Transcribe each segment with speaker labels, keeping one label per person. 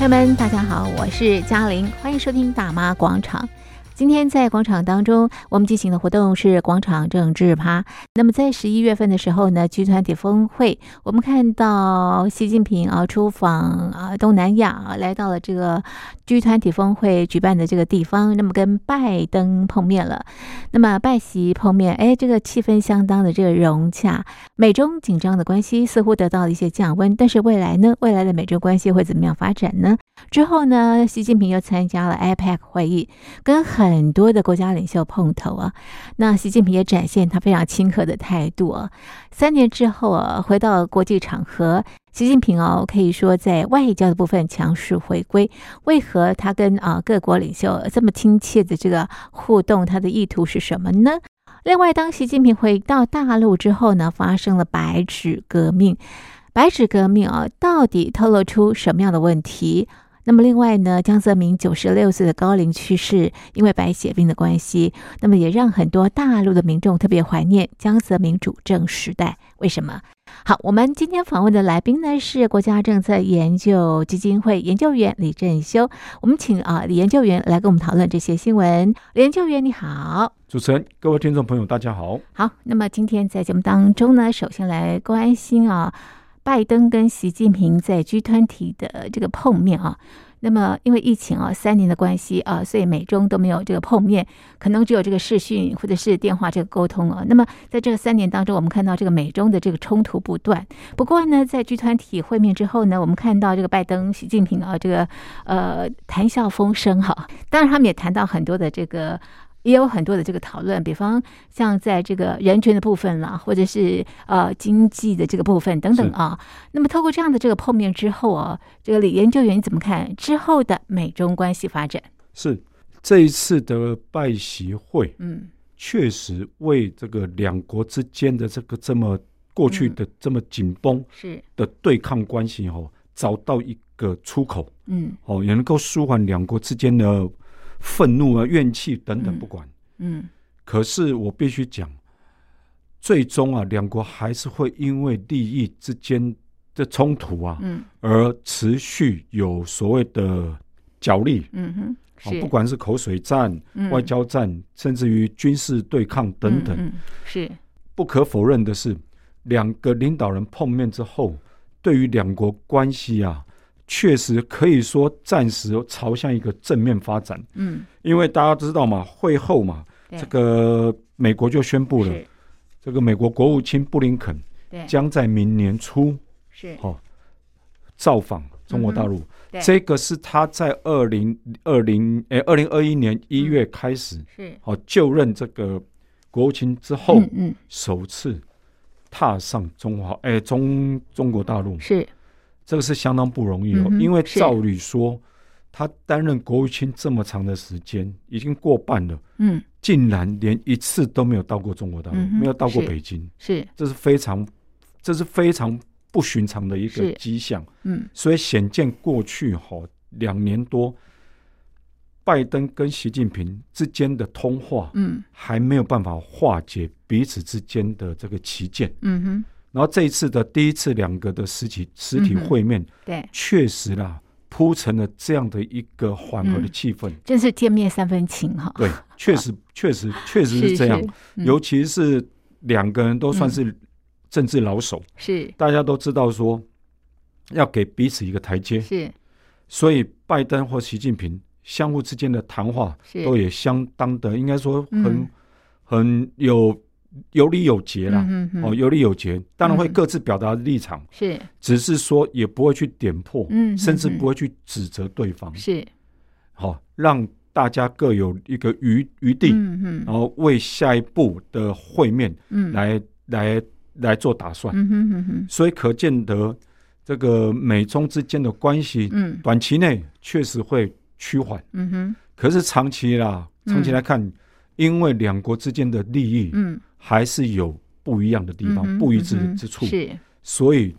Speaker 1: 友们，大家好，我是嘉玲，欢迎收听《大妈广场》。今天在广场当中，我们进行的活动是广场政治趴。那么在十一月份的时候呢，G 团体峰会，我们看到习近平啊出访啊东南亚啊，来到了这个 G 团体峰会举办的这个地方，那么跟拜登碰面了。那么拜习碰面，哎，这个气氛相当的这个融洽。美中紧张的关系似乎得到了一些降温，但是未来呢？未来的美中关系会怎么样发展呢？之后呢？习近平又参加了 IPAC 会议，跟很多的国家领袖碰头啊。那习近平也展现他非常亲和的态度啊。三年之后啊，回到国际场合，习近平哦、啊，可以说在外交的部分强势回归。为何他跟啊各国领袖这么亲切的这个互动？他的意图是什么呢？另外，当习近平回到大陆之后呢，发生了白纸革命。白纸革命啊，到底透露出什么样的问题？那么，另外呢，江泽民九十六岁的高龄去世，因为白血病的关系，那么也让很多大陆的民众特别怀念江泽民主政时代。为什么？好，我们今天访问的来宾呢是国家政策研究基金会研究员李振修。我们请啊李研究员来跟我们讨论这些新闻。李研究员你好。
Speaker 2: 主持人，各位听众朋友，大家好。
Speaker 1: 好，那么今天在节目当中呢，首先来关心啊，拜登跟习近平在 G 团体的这个碰面啊。那么因为疫情啊，三年的关系啊，所以美中都没有这个碰面，可能只有这个视讯或者是电话这个沟通啊。那么在这三年当中，我们看到这个美中的这个冲突不断。不过呢，在 G 团体会面之后呢，我们看到这个拜登、习近平啊，这个呃谈笑风生哈、啊。当然，他们也谈到很多的这个。也有很多的这个讨论，比方像在这个人权的部分啦，或者是呃经济的这个部分等等啊。那么透过这样的这个碰面之后啊，这个李研究员你怎么看之后的美中关系发展？
Speaker 2: 是这一次的拜习会，
Speaker 1: 嗯，
Speaker 2: 确实为这个两国之间的这个这么过
Speaker 1: 嗯
Speaker 2: 去的这么紧绷
Speaker 1: 是
Speaker 2: 的对抗关系哦，找到一个出口
Speaker 1: 嗯
Speaker 2: 哦，也能够舒缓两国之间的愤怒啊、怨气等等，
Speaker 1: 嗯
Speaker 2: 不管。
Speaker 1: 嗯
Speaker 2: 可是我必须讲，最终啊，两国还是会因为利益之间的冲突啊，
Speaker 1: 嗯
Speaker 2: 而持续有所谓的角力。
Speaker 1: 嗯哼，
Speaker 2: 啊
Speaker 1: 是嗯
Speaker 2: 不管是口水战、外交战，甚至于军事对抗等等，
Speaker 1: 嗯嗯嗯是
Speaker 2: 不可否认的是，两个领导人碰面之后，对于两国关系啊，确实可以说暂时朝向一个正面发展。
Speaker 1: 嗯
Speaker 2: 因为大家知道嘛，会后嘛，
Speaker 1: 对
Speaker 2: 这个美国就宣布了，
Speaker 1: 是
Speaker 2: 这个美国国务卿布林肯
Speaker 1: 对
Speaker 2: 将在明年初
Speaker 1: 是
Speaker 2: 哦造访中国大陆。
Speaker 1: 嗯对
Speaker 2: 这个是他在二零二零诶二零二一年一月
Speaker 1: 嗯
Speaker 2: 开始、
Speaker 1: 是
Speaker 2: 哦就任这个国务卿之后，
Speaker 1: 嗯嗯
Speaker 2: 首次踏上中华诶中中国大陆，
Speaker 1: 是
Speaker 2: 这个是相当不容易哦，
Speaker 1: 嗯哼
Speaker 2: 因为
Speaker 1: 是
Speaker 2: 照理说他担任国务卿这么长的时间，已经过半了。
Speaker 1: 嗯
Speaker 2: 竟然连一次都没有到过中国大陆，
Speaker 1: 嗯哼
Speaker 2: 没有到过
Speaker 1: 是
Speaker 2: 北京，
Speaker 1: 是
Speaker 2: 这是非常，这是非常不寻常的一个
Speaker 1: 是
Speaker 2: 迹象。
Speaker 1: 嗯
Speaker 2: 所以显见过去哈、两年多，拜登跟习近平之间的通话
Speaker 1: 嗯
Speaker 2: 还没有办法化解彼此之间的这个旗舰。
Speaker 1: 嗯哼
Speaker 2: 然后这一次的第一次两个的实体实体
Speaker 1: 嗯哼
Speaker 2: 会面，
Speaker 1: 对，
Speaker 2: 确实啦铺成了这样的一个缓和的气氛。
Speaker 1: 真是见面三分情哈。
Speaker 2: 对，确实，确实，确实是这样。
Speaker 1: 嗯
Speaker 2: 尤其是两个人都算是政治老手，
Speaker 1: 是
Speaker 2: 大家都知道说要给彼此一个台阶，
Speaker 1: 是
Speaker 2: 所以拜登或习近平相互之间的谈话
Speaker 1: 是
Speaker 2: 都也相当的，应该说很、
Speaker 1: 嗯
Speaker 2: 很有有理有节啦。
Speaker 1: 嗯哼
Speaker 2: 哦，
Speaker 1: 哼
Speaker 2: 有理有节，当然会
Speaker 1: 嗯
Speaker 2: 各自表达立场，
Speaker 1: 是
Speaker 2: 只是说也不会去点破，
Speaker 1: 嗯哼
Speaker 2: 甚至
Speaker 1: 哼
Speaker 2: 不会去指责对方，
Speaker 1: 是
Speaker 2: 哎好、让大家各有一个余余地，
Speaker 1: 嗯
Speaker 2: 然后为下一步的会面
Speaker 1: 嗯嗯
Speaker 2: 来来来做打算。
Speaker 1: 嗯哼哼哼
Speaker 2: 所以可见得，这个美中之间的关系
Speaker 1: 嗯
Speaker 2: 短期内确实会趋缓，
Speaker 1: 嗯哼
Speaker 2: 可是长期啦，
Speaker 1: 嗯
Speaker 2: 长期来看，因为两国之间的利益
Speaker 1: 嗯
Speaker 2: 还是有不一样的地
Speaker 1: 嗯
Speaker 2: 方、
Speaker 1: 哼
Speaker 2: 不一致
Speaker 1: 嗯哼
Speaker 2: 之处，
Speaker 1: 是
Speaker 2: 所以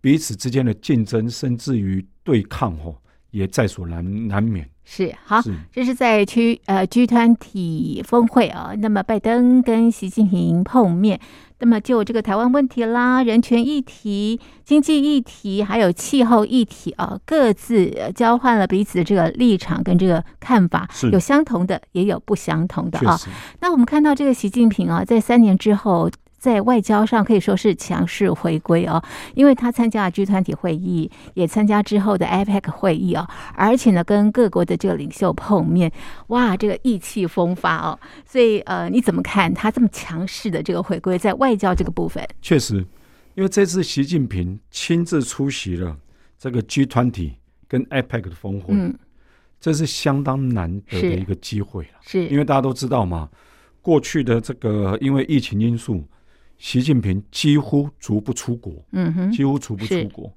Speaker 2: 彼此之间的竞争，甚至于对抗，哦，也在所难难免。
Speaker 1: 啊是好，
Speaker 2: 是
Speaker 1: 这是在区呃 G 团体峰会啊、那么拜登跟习近平碰面，那么就这个台湾问题啦、人权议题、经济议题，还有气候议题啊，各自呃交换了彼此的这个立场跟这个看法
Speaker 2: 是，
Speaker 1: 有相同的，也有不相同的
Speaker 2: 确
Speaker 1: 啊。
Speaker 2: 实，
Speaker 1: 那我们看到这个习近平啊，在三年之后。在外交上可以说是强势回归哦，因为他参加了 G 团体会议，也参加之后的 IPAC 会议哦，而且呢跟各国的这个领袖碰面，哇，这个意气风发哦。所以呃，你怎么看他这么强势的这个回归在外交这个部分？
Speaker 2: 确实，因为这次习近平亲自出席了这个 G 团体跟 APEC 的峰会，
Speaker 1: 嗯，
Speaker 2: 这是相当难得的
Speaker 1: 是
Speaker 2: 一个机会了。因
Speaker 1: 是
Speaker 2: 为大家都知道嘛，过去的这个因为疫情因素，习近平几乎足不出国，
Speaker 1: 嗯哼，
Speaker 2: 几乎足不
Speaker 1: 是
Speaker 2: 出国，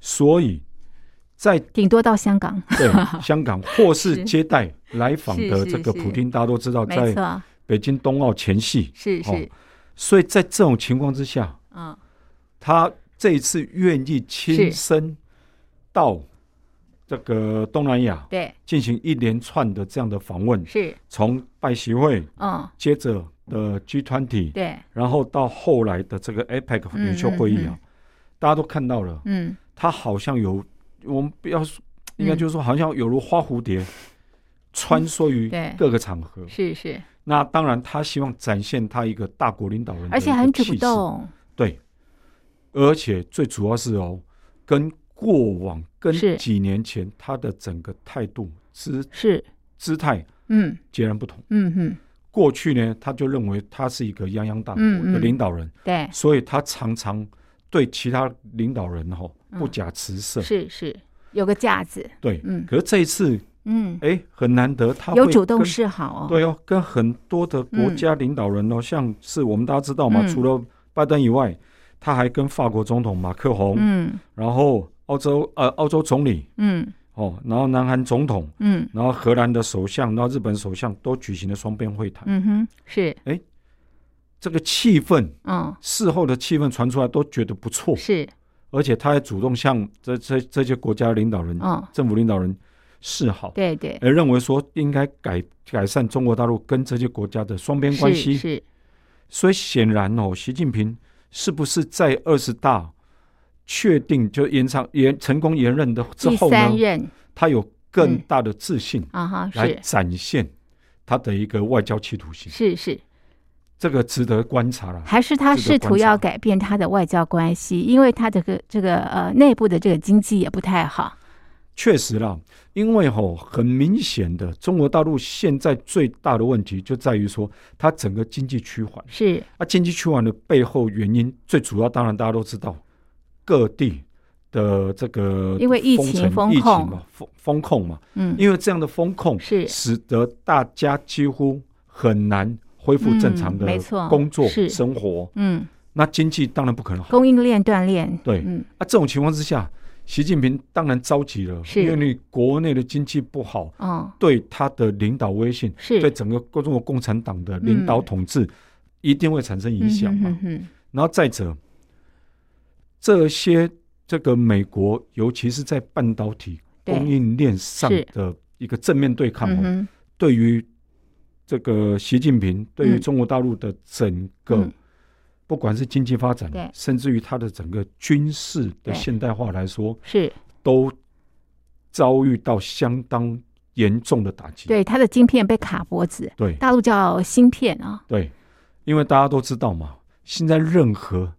Speaker 2: 所以 在
Speaker 1: 顶多到香港，
Speaker 2: 对香港或是
Speaker 1: 是
Speaker 2: 接待来访
Speaker 1: 是
Speaker 2: 的
Speaker 1: 是
Speaker 2: 这个
Speaker 1: 是
Speaker 2: 普京，大家都知道
Speaker 1: 没
Speaker 2: 在
Speaker 1: 错，
Speaker 2: 北京冬奥前夕，哦
Speaker 1: 是是，
Speaker 2: 所以在这种情况之下，
Speaker 1: 嗯，
Speaker 2: 他这一次愿意亲
Speaker 1: 是
Speaker 2: 身到这个东南亚
Speaker 1: 对，
Speaker 2: 进行一连串的这样的访问，
Speaker 1: 是，
Speaker 2: 从拜习会
Speaker 1: 嗯，
Speaker 2: 接着的 G 团体，
Speaker 1: 对，
Speaker 2: 然后到后来的这个 APEC
Speaker 1: 嗯
Speaker 2: 领袖会议啊，
Speaker 1: 嗯
Speaker 2: 大家都看到了，
Speaker 1: 嗯，
Speaker 2: 他好像有我们不要说，
Speaker 1: 嗯
Speaker 2: 应该就是说好像有如花蝴蝶、穿梭于
Speaker 1: 嗯对
Speaker 2: 各个场合。
Speaker 1: 是是，
Speaker 2: 那当然，他希望展现他一个大国领导人的
Speaker 1: 而且
Speaker 2: 一个
Speaker 1: 很主
Speaker 2: 气势，
Speaker 1: 动，
Speaker 2: 对，而且最主要是哦，跟过往跟
Speaker 1: 是
Speaker 2: 几年前他的整个态度姿
Speaker 1: 是，
Speaker 2: 姿态
Speaker 1: 嗯
Speaker 2: 截然不同。
Speaker 1: 嗯嗯，
Speaker 2: 过去呢，他就认为他是一个泱泱大国
Speaker 1: 嗯
Speaker 2: 的
Speaker 1: 嗯
Speaker 2: 领导人，
Speaker 1: 对，
Speaker 2: 所以他常常对其他领导人哈、不
Speaker 1: 嗯
Speaker 2: 假辞色。
Speaker 1: 是是，有个架子，
Speaker 2: 对，
Speaker 1: 嗯
Speaker 2: 可是这一次，
Speaker 1: 嗯，
Speaker 2: 哎，很难得他
Speaker 1: 有
Speaker 2: 会
Speaker 1: 主动
Speaker 2: 跟
Speaker 1: 示好哦，
Speaker 2: 对哦，跟很多的国
Speaker 1: 嗯
Speaker 2: 家领导人哦，像是我们大家知道嘛，
Speaker 1: 嗯
Speaker 2: 除了拜登以外，他还跟法国总统马克宏，
Speaker 1: 嗯
Speaker 2: 然后澳洲呃澳洲总理
Speaker 1: 嗯
Speaker 2: 哦，然后南韩总统，
Speaker 1: 嗯
Speaker 2: 然后荷兰的首相，然后日本首相都举行了双边会谈。
Speaker 1: 嗯哼，是，
Speaker 2: 这个气氛，
Speaker 1: 嗯
Speaker 2: 事后的气氛传出来都觉得不错，
Speaker 1: 是，
Speaker 2: 而且他还主动向这这这些国家领导人、
Speaker 1: 嗯
Speaker 2: 政府领导人示好。
Speaker 1: 对对，
Speaker 2: 而认为说应该改改善中国大陆跟这些国家的双边关
Speaker 1: 是
Speaker 2: 系，
Speaker 1: 是，
Speaker 2: 所以显然哦，习近平是不是在二十大确定就延长延成功延任的之
Speaker 1: 第
Speaker 2: 后
Speaker 1: 三
Speaker 2: 呢，
Speaker 1: 任
Speaker 2: 他有更大的自信
Speaker 1: 啊哈，
Speaker 2: 来
Speaker 1: 是
Speaker 2: 展现他的一个外交企图心，
Speaker 1: 是是，
Speaker 2: 这个值得观察了。
Speaker 1: 还是他
Speaker 2: 值得
Speaker 1: 试图
Speaker 2: 观察
Speaker 1: 要改变他的外交关系，因为他的个这个呃内部的这个经济也不太好，
Speaker 2: 确实啦，因为吼、很明显的，中国大陆现在最大的问题就在于说，它整个经济趋缓。
Speaker 1: 是
Speaker 2: 那经济趋缓的背后原因，最主要当然大家都知道，各地的这个
Speaker 1: 因为疫情
Speaker 2: 封城
Speaker 1: 封
Speaker 2: 疫
Speaker 1: 控
Speaker 2: 情嘛，封封控嘛，
Speaker 1: 嗯
Speaker 2: 因为这样的封控
Speaker 1: 是
Speaker 2: 使得大家几乎很难恢复正常
Speaker 1: 嗯
Speaker 2: 的
Speaker 1: 没错
Speaker 2: 工作、
Speaker 1: 是
Speaker 2: 生活，
Speaker 1: 嗯
Speaker 2: 那经济当然不可能好。
Speaker 1: 供应链断裂，
Speaker 2: 对
Speaker 1: 嗯
Speaker 2: 那、啊这种情况之下，习近平当然着急了，
Speaker 1: 是
Speaker 2: 因为你国内的经济不好，
Speaker 1: 哦
Speaker 2: 对他的领导威信，
Speaker 1: 是
Speaker 2: 对整个中国共产党的领导
Speaker 1: 嗯
Speaker 2: 统治，一定会产生影响嘛。
Speaker 1: 嗯嗯
Speaker 2: 然后再者，这些这个美国，尤其是在半导体
Speaker 1: 对
Speaker 2: 供应链上
Speaker 1: 是
Speaker 2: 的一个正面对抗、哦，
Speaker 1: 嗯哼
Speaker 2: 对于这个习近平，对于中国大陆的整个，
Speaker 1: 嗯
Speaker 2: 不管是经济发展
Speaker 1: 对，
Speaker 2: 甚至于它的整个军事
Speaker 1: 对
Speaker 2: 的现代化来说，
Speaker 1: 是
Speaker 2: 都遭遇到相当严重的打击。
Speaker 1: 对他的晶片被卡脖子，
Speaker 2: 对
Speaker 1: 大陆叫芯片啊、
Speaker 2: 对，因为大家都知道嘛，现在任何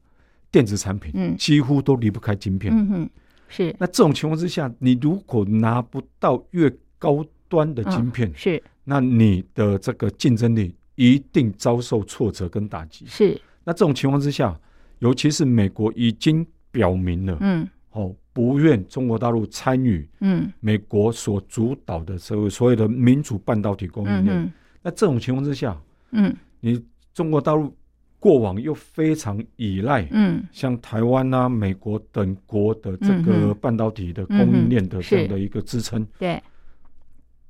Speaker 2: 电子产品
Speaker 1: 嗯
Speaker 2: 几乎都离不开晶片。
Speaker 1: 嗯哼，是
Speaker 2: 那这种情况之下，你如果拿不到越高端
Speaker 1: 嗯
Speaker 2: 的晶片，
Speaker 1: 是
Speaker 2: 那你的这个竞争力一定遭受挫折跟打击。
Speaker 1: 是，
Speaker 2: 那这种情况之下，尤其是美国已经表明了、
Speaker 1: 嗯
Speaker 2: 哦，不愿中国大陆参与
Speaker 1: 嗯
Speaker 2: 美国所主导的所谓所谓的民主半导体供应
Speaker 1: 嗯
Speaker 2: 链。
Speaker 1: 嗯
Speaker 2: 那这种情况之下，
Speaker 1: 嗯
Speaker 2: 你中国大陆过往又非常依赖。
Speaker 1: 嗯，
Speaker 2: 像台湾啊、美国等国的这
Speaker 1: 嗯
Speaker 2: 个
Speaker 1: 哼
Speaker 2: 半导体的供应链
Speaker 1: 嗯
Speaker 2: 的
Speaker 1: 哼
Speaker 2: 这样
Speaker 1: 是
Speaker 2: 的一个支撑，
Speaker 1: 对，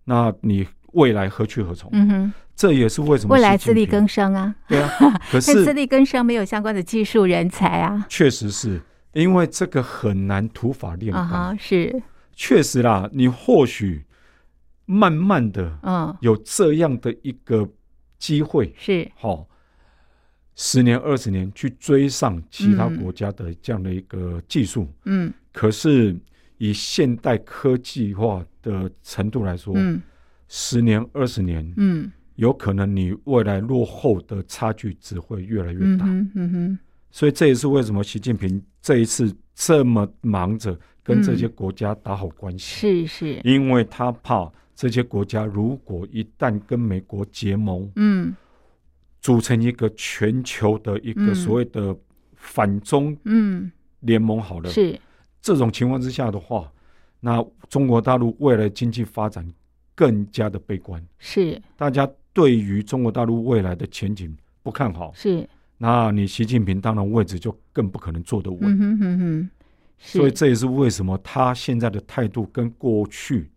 Speaker 2: 那你未来何去何从？
Speaker 1: 嗯哼，
Speaker 2: 这也是为什么
Speaker 1: 未来
Speaker 2: 习近
Speaker 1: 自力
Speaker 2: 平
Speaker 1: 更生啊，
Speaker 2: 对 啊，可
Speaker 1: 但自
Speaker 2: 是
Speaker 1: 力更生没有相关的技术人才啊，
Speaker 2: 确实是因为这个很难土法炼
Speaker 1: 啊
Speaker 2: 钢，
Speaker 1: 哈，是
Speaker 2: 确实啦，你或许慢慢的
Speaker 1: 嗯，
Speaker 2: 有这样的一个机会，
Speaker 1: 是，
Speaker 2: 好、十年二十年去追上其他
Speaker 1: 嗯
Speaker 2: 国家的这样的一个技术，
Speaker 1: 嗯
Speaker 2: 可是以现代科技化的程度来说，
Speaker 1: 嗯
Speaker 2: 十年二十年，
Speaker 1: 嗯
Speaker 2: 有可能你未来落后的差距只会越来越
Speaker 1: 嗯
Speaker 2: 大。
Speaker 1: 哼嗯哼，
Speaker 2: 所以这也是为什么习近平这一次这么忙着跟这些
Speaker 1: 嗯
Speaker 2: 国家打好关系，
Speaker 1: 是是，
Speaker 2: 因为他怕这些国家如果一旦跟美国结盟，
Speaker 1: 嗯
Speaker 2: 组成一个全球的一个
Speaker 1: 嗯
Speaker 2: 所谓的反中
Speaker 1: 嗯
Speaker 2: 联盟，好了，
Speaker 1: 是，
Speaker 2: 这种情况之下的话，那中国大陆未来经济发展更加的悲观，
Speaker 1: 是
Speaker 2: 大家对于中国大陆未来的前景不看好，
Speaker 1: 是，
Speaker 2: 那你习近平当然位置就更不可能坐得稳。
Speaker 1: 嗯哼嗯哼，是，
Speaker 2: 所以这也是为什么他现在的态度跟过去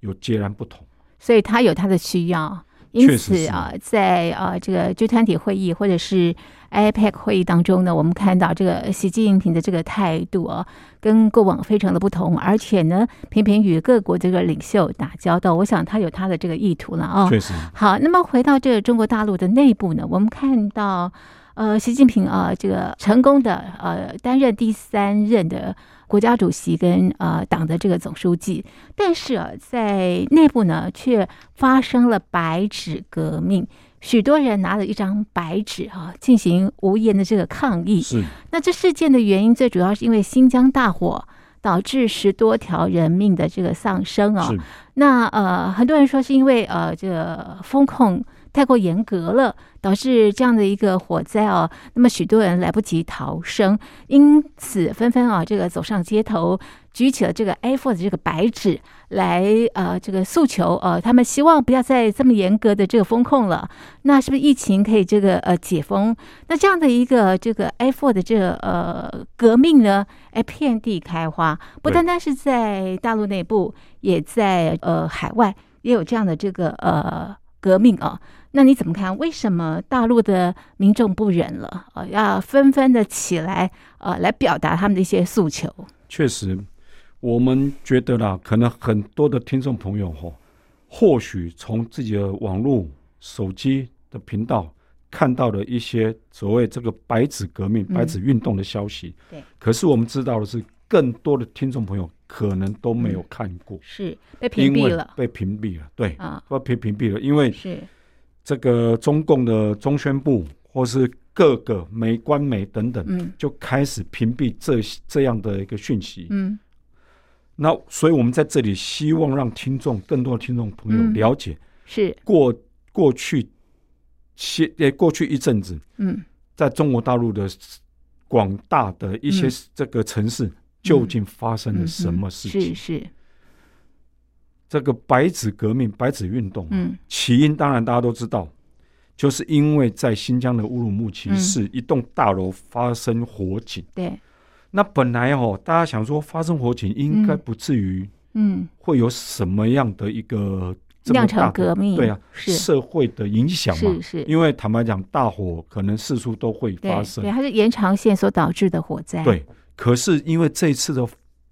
Speaker 2: 有截然不同。
Speaker 1: 所以他有他的需要。因
Speaker 2: 确实
Speaker 1: 此
Speaker 2: 是
Speaker 1: 啊，在啊这个 G 团体会议或者是 IPAC 会议当中呢，我们看到这个习近平的这个态度啊，跟过往非常的不同，而且呢，频频与各国这个领袖打交道，我想他有他的这个意图了啊。
Speaker 2: 确实，
Speaker 1: 好，那么回到这个中国大陆的内部呢，我们看到，呃，习近平啊、呃这个成功的呃担任第三任的国家主席跟呃党的这个总书记，但是啊，在内部呢却发生了白纸革命，许多人拿了一张白纸啊进行无言的这个抗议。
Speaker 2: 是
Speaker 1: 那这事件的原因最主要是因为新疆大火导致十多条人命的这个丧生啊、
Speaker 2: 是
Speaker 1: 那呃，很多人说是因为呃，这个风控太过严格了，导致这样的一个火灾哦。那么许多人来不及逃生，因此纷纷啊，这个走上街头，举起了这个 A4 的这个白纸来呃，这个诉求呃，他们希望不要再这么严格的这个风控了。那是不是疫情可以这个呃解封？那这样的一个这个 A4 的这个呃革命呢，哎，遍地开花，不
Speaker 2: 对
Speaker 1: 单单是在大陆内部。也在呃海外也有这样的这个呃革命啊。那你怎么看？为什么大陆的民众不忍了，呃，要纷纷的起来，呃，来表达他们的一些诉求？
Speaker 2: 确实，我们觉得啦，可能很多的听众朋友哈、或许从自己的网络、手机的频道看到了一些所谓这个白纸革命、
Speaker 1: 嗯
Speaker 2: 白纸运动的消息。
Speaker 1: 对。
Speaker 2: 可是我们知道的是，更多的听众朋友可能都没有看过，
Speaker 1: 是被嗯屏
Speaker 2: 因
Speaker 1: 蔽
Speaker 2: 为
Speaker 1: 了
Speaker 2: 被屏蔽了。对，
Speaker 1: 啊？
Speaker 2: 被屏蔽了，因为
Speaker 1: 是，
Speaker 2: 这个中共的中宣部或是各个媒官媒等等，
Speaker 1: 嗯
Speaker 2: 就开始屏蔽这这样的一个讯息。
Speaker 1: 嗯
Speaker 2: 那所以我们在这里希望让听众更多的听众朋友
Speaker 1: 嗯
Speaker 2: 了解
Speaker 1: 是，
Speaker 2: 过、过去些呃过去一阵子
Speaker 1: 嗯
Speaker 2: 在中国大陆的广大的一些
Speaker 1: 嗯
Speaker 2: 这个城市究竟发生了
Speaker 1: 嗯
Speaker 2: 什么事情。
Speaker 1: 是是，
Speaker 2: 这个白纸革命、白纸运动啊、
Speaker 1: 嗯
Speaker 2: 起因当然大家都知道，就是因为在新疆的乌鲁木
Speaker 1: 嗯
Speaker 2: 齐市一栋大楼发生火警。
Speaker 1: 对，
Speaker 2: 那本来哦，大家想说发生火警应该
Speaker 1: 嗯
Speaker 2: 不至于
Speaker 1: 嗯，
Speaker 2: 会有什么样的一个这么
Speaker 1: 酿
Speaker 2: 大
Speaker 1: 成
Speaker 2: 的
Speaker 1: 革命，
Speaker 2: 对啊
Speaker 1: 是
Speaker 2: 社会的影响嘛
Speaker 1: 是。是，
Speaker 2: 因为坦白讲，大火可能四处都会发
Speaker 1: 对
Speaker 2: 生
Speaker 1: 对，，它是延长线所导致的火灾，
Speaker 2: 对。可是因为这次的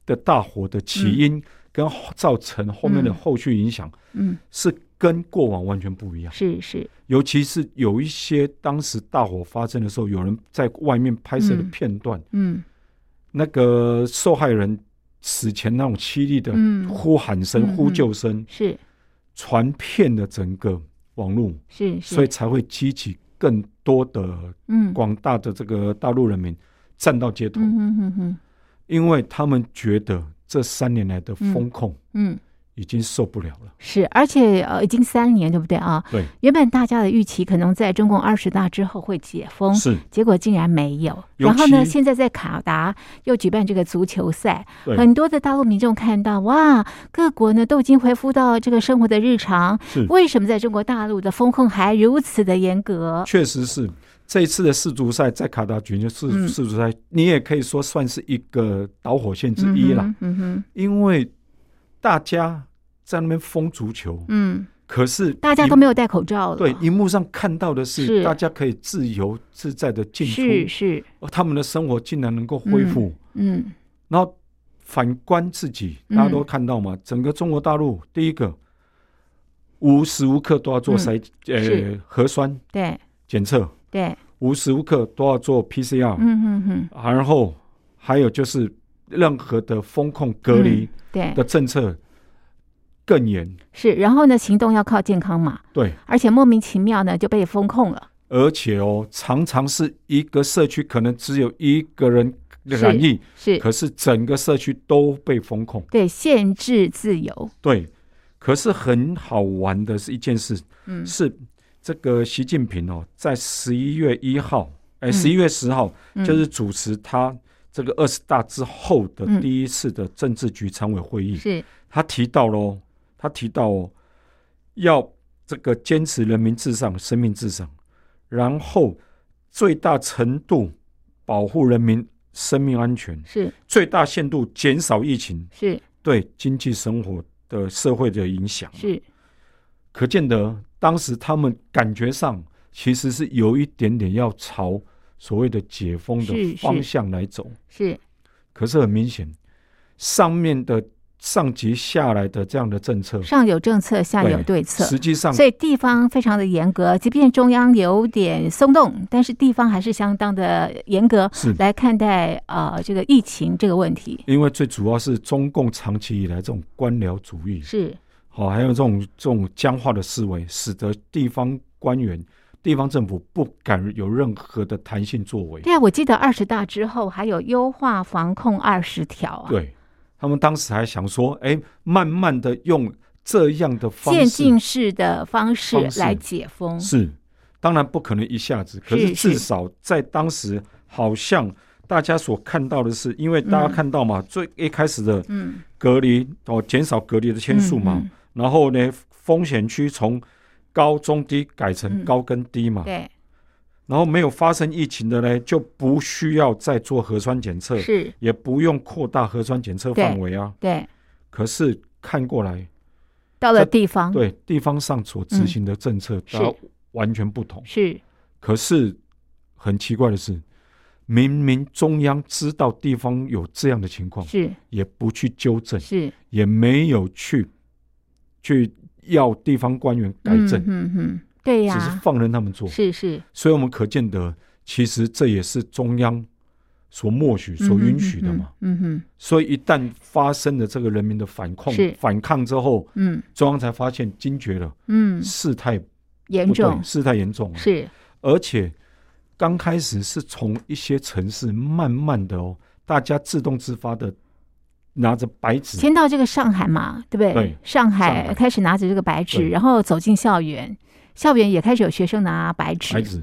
Speaker 2: 的大火的起因跟后造成后面的
Speaker 1: 嗯
Speaker 2: 后续影响，
Speaker 1: 嗯，
Speaker 2: 是跟过往完全不一样。
Speaker 1: 是是，
Speaker 2: 尤其是有一些当时大火发生的时候，有人在外面拍摄的
Speaker 1: 嗯
Speaker 2: 片段，
Speaker 1: 嗯
Speaker 2: 那个受害人死前那种凄厉的
Speaker 1: 嗯，
Speaker 2: 呼喊声、
Speaker 1: 嗯嗯
Speaker 2: 呼救声，
Speaker 1: 是
Speaker 2: 传遍了整个网络，
Speaker 1: 是是，
Speaker 2: 所以才会激起更多的
Speaker 1: 嗯
Speaker 2: 广大的这个大陆人民站到街头，
Speaker 1: 嗯嗯嗯嗯
Speaker 2: 因为他们觉得这三年来的风控
Speaker 1: 嗯。
Speaker 2: 已经受不了了。
Speaker 1: 是，而且呃，已经三年，对不对啊？
Speaker 2: 对，
Speaker 1: 原本大家的预期可能在中共二十大之后会解封，
Speaker 2: 是
Speaker 1: 结果竟然没有。
Speaker 2: 尤
Speaker 1: 然后呢，
Speaker 2: 其
Speaker 1: 现在在卡达又举办这个足球赛，
Speaker 2: 对
Speaker 1: 很多的大陆民众看到哇，各国呢都已经恢复到这个生活的日常，
Speaker 2: 是，
Speaker 1: 为什么在中国大陆的风控还如此的严格？
Speaker 2: 确实是这一次的世足赛在卡达举行的世
Speaker 1: 嗯
Speaker 2: 世足赛，你也可以说算是一个导火线之一啦，
Speaker 1: 嗯哼，
Speaker 2: 因为大家在那边疯足球
Speaker 1: 嗯，哼，嗯，
Speaker 2: 可是
Speaker 1: 大家
Speaker 2: 荧
Speaker 1: 都没有戴口罩了，
Speaker 2: 对，荧幕上看到的是
Speaker 1: 是
Speaker 2: 大家可以自由自在的进出，
Speaker 1: 是是，
Speaker 2: 而他们的生活竟然能够恢复，
Speaker 1: 嗯
Speaker 2: 然后反观自己，
Speaker 1: 嗯
Speaker 2: 大家都看到嘛，整个中国大陆第一个无时无刻都要做筛、
Speaker 1: 嗯是
Speaker 2: 呃核酸
Speaker 1: 对
Speaker 2: 检测，
Speaker 1: 对，
Speaker 2: 无时无刻都要做 PCR，、
Speaker 1: 嗯哼哼，
Speaker 2: 然后还有就是任何的风控隔离
Speaker 1: 嗯对
Speaker 2: 的政策更严，
Speaker 1: 是，然后呢，行动要靠健康嘛，
Speaker 2: 对，
Speaker 1: 而且莫名其妙呢就被封控了，
Speaker 2: 而且哦，常常是一个社区可能只有一个人染疫，
Speaker 1: 是
Speaker 2: 可是整个社区都被封控。
Speaker 1: 对限制自由，
Speaker 2: 对，可是很好玩的是一件事，
Speaker 1: 嗯
Speaker 2: 是这个习近平哦，在十一月一号，哎，
Speaker 1: 嗯
Speaker 2: 十一月十号、
Speaker 1: 嗯
Speaker 2: 就是主持他这个二十大之后的
Speaker 1: 嗯
Speaker 2: 第一次的政治局常委会议，
Speaker 1: 是
Speaker 2: 他提到喽，他提到哦，要这个坚持人民至上、生命至上，然后最大程度保护人民生命安全，
Speaker 1: 是
Speaker 2: 最大限度减少疫情
Speaker 1: 是
Speaker 2: 对经济生活的社会的影响。
Speaker 1: 是，
Speaker 2: 可见得当时他们感觉上其实是有一点点要朝所谓的解封
Speaker 1: 是是
Speaker 2: 的方向来走，
Speaker 1: 是
Speaker 2: 嗯可是很明显，上面的上级下来的这样的政策。
Speaker 1: 上有政策，下有对策。
Speaker 2: 实际上
Speaker 1: 所以地方非常的严格，即便中央有点松动，但是地方还是相当的严格
Speaker 2: 是
Speaker 1: 来看待呃这个疫情这个问题。
Speaker 2: 因为最主要是中共长期以来这种官僚主义，
Speaker 1: 是
Speaker 2: 好、还有这种这种僵化的思维，使得地方官员、地方政府不敢有任何的弹性作为。
Speaker 1: 对啊，我记得二十大之后还有优化防控二十条啊，
Speaker 2: 对他们当时还想说，哎，慢慢的用这样的方
Speaker 1: 渐
Speaker 2: 式
Speaker 1: 进式的方式
Speaker 2: 方式
Speaker 1: 来解封。
Speaker 2: 是，当然不可能一下子，可
Speaker 1: 是
Speaker 2: 是
Speaker 1: 是
Speaker 2: 至少在当时，好像大家所看到的是，因为大家
Speaker 1: 嗯
Speaker 2: 看到嘛，最一开始的
Speaker 1: 嗯，
Speaker 2: 隔离哦，减少隔离的天数嘛，
Speaker 1: 嗯嗯
Speaker 2: 然后呢，风险区从高中低改
Speaker 1: 嗯
Speaker 2: 成高跟低嘛，
Speaker 1: 对，
Speaker 2: 然后没有发生疫情的呢，就不需要再做核酸检测，
Speaker 1: 是，
Speaker 2: 也不用扩大核酸检测范围啊。
Speaker 1: 对，
Speaker 2: 可是看过来，
Speaker 1: 到了
Speaker 2: 这
Speaker 1: 地方，
Speaker 2: 对地方上所执行的政策，
Speaker 1: 是
Speaker 2: 它完全不同。
Speaker 1: 是
Speaker 2: 可是很奇怪的是，明明中央知道地方有这样的情况，
Speaker 1: 是
Speaker 2: 也不去纠正，
Speaker 1: 是
Speaker 2: 也没有去去要地方官员改正，
Speaker 1: 嗯嗯，对
Speaker 2: 只是
Speaker 1: 呀，
Speaker 2: 放任他们做。
Speaker 1: 是是
Speaker 2: 所以我们可见得，其实这也是中央所默许、所允许的嘛。，
Speaker 1: 嗯哼
Speaker 2: 所以一旦发生了这个人民的反抗
Speaker 1: 是、
Speaker 2: 反抗之后，
Speaker 1: 嗯哼，
Speaker 2: 中央才发现惊觉了
Speaker 1: 嗯嗯，
Speaker 2: 事态
Speaker 1: 严
Speaker 2: 不对，
Speaker 1: 重
Speaker 2: 事态严重了。
Speaker 1: 是
Speaker 2: 而且刚开始是从一些城市慢慢的哦，大家自动自发的拿着白纸，
Speaker 1: 先到这个上海嘛，对不对？
Speaker 2: 对
Speaker 1: 上海
Speaker 2: 上海
Speaker 1: 开始拿着这个白纸，
Speaker 2: 对
Speaker 1: 然后走进校园，校园也开始有学生拿白纸，
Speaker 2: 白纸，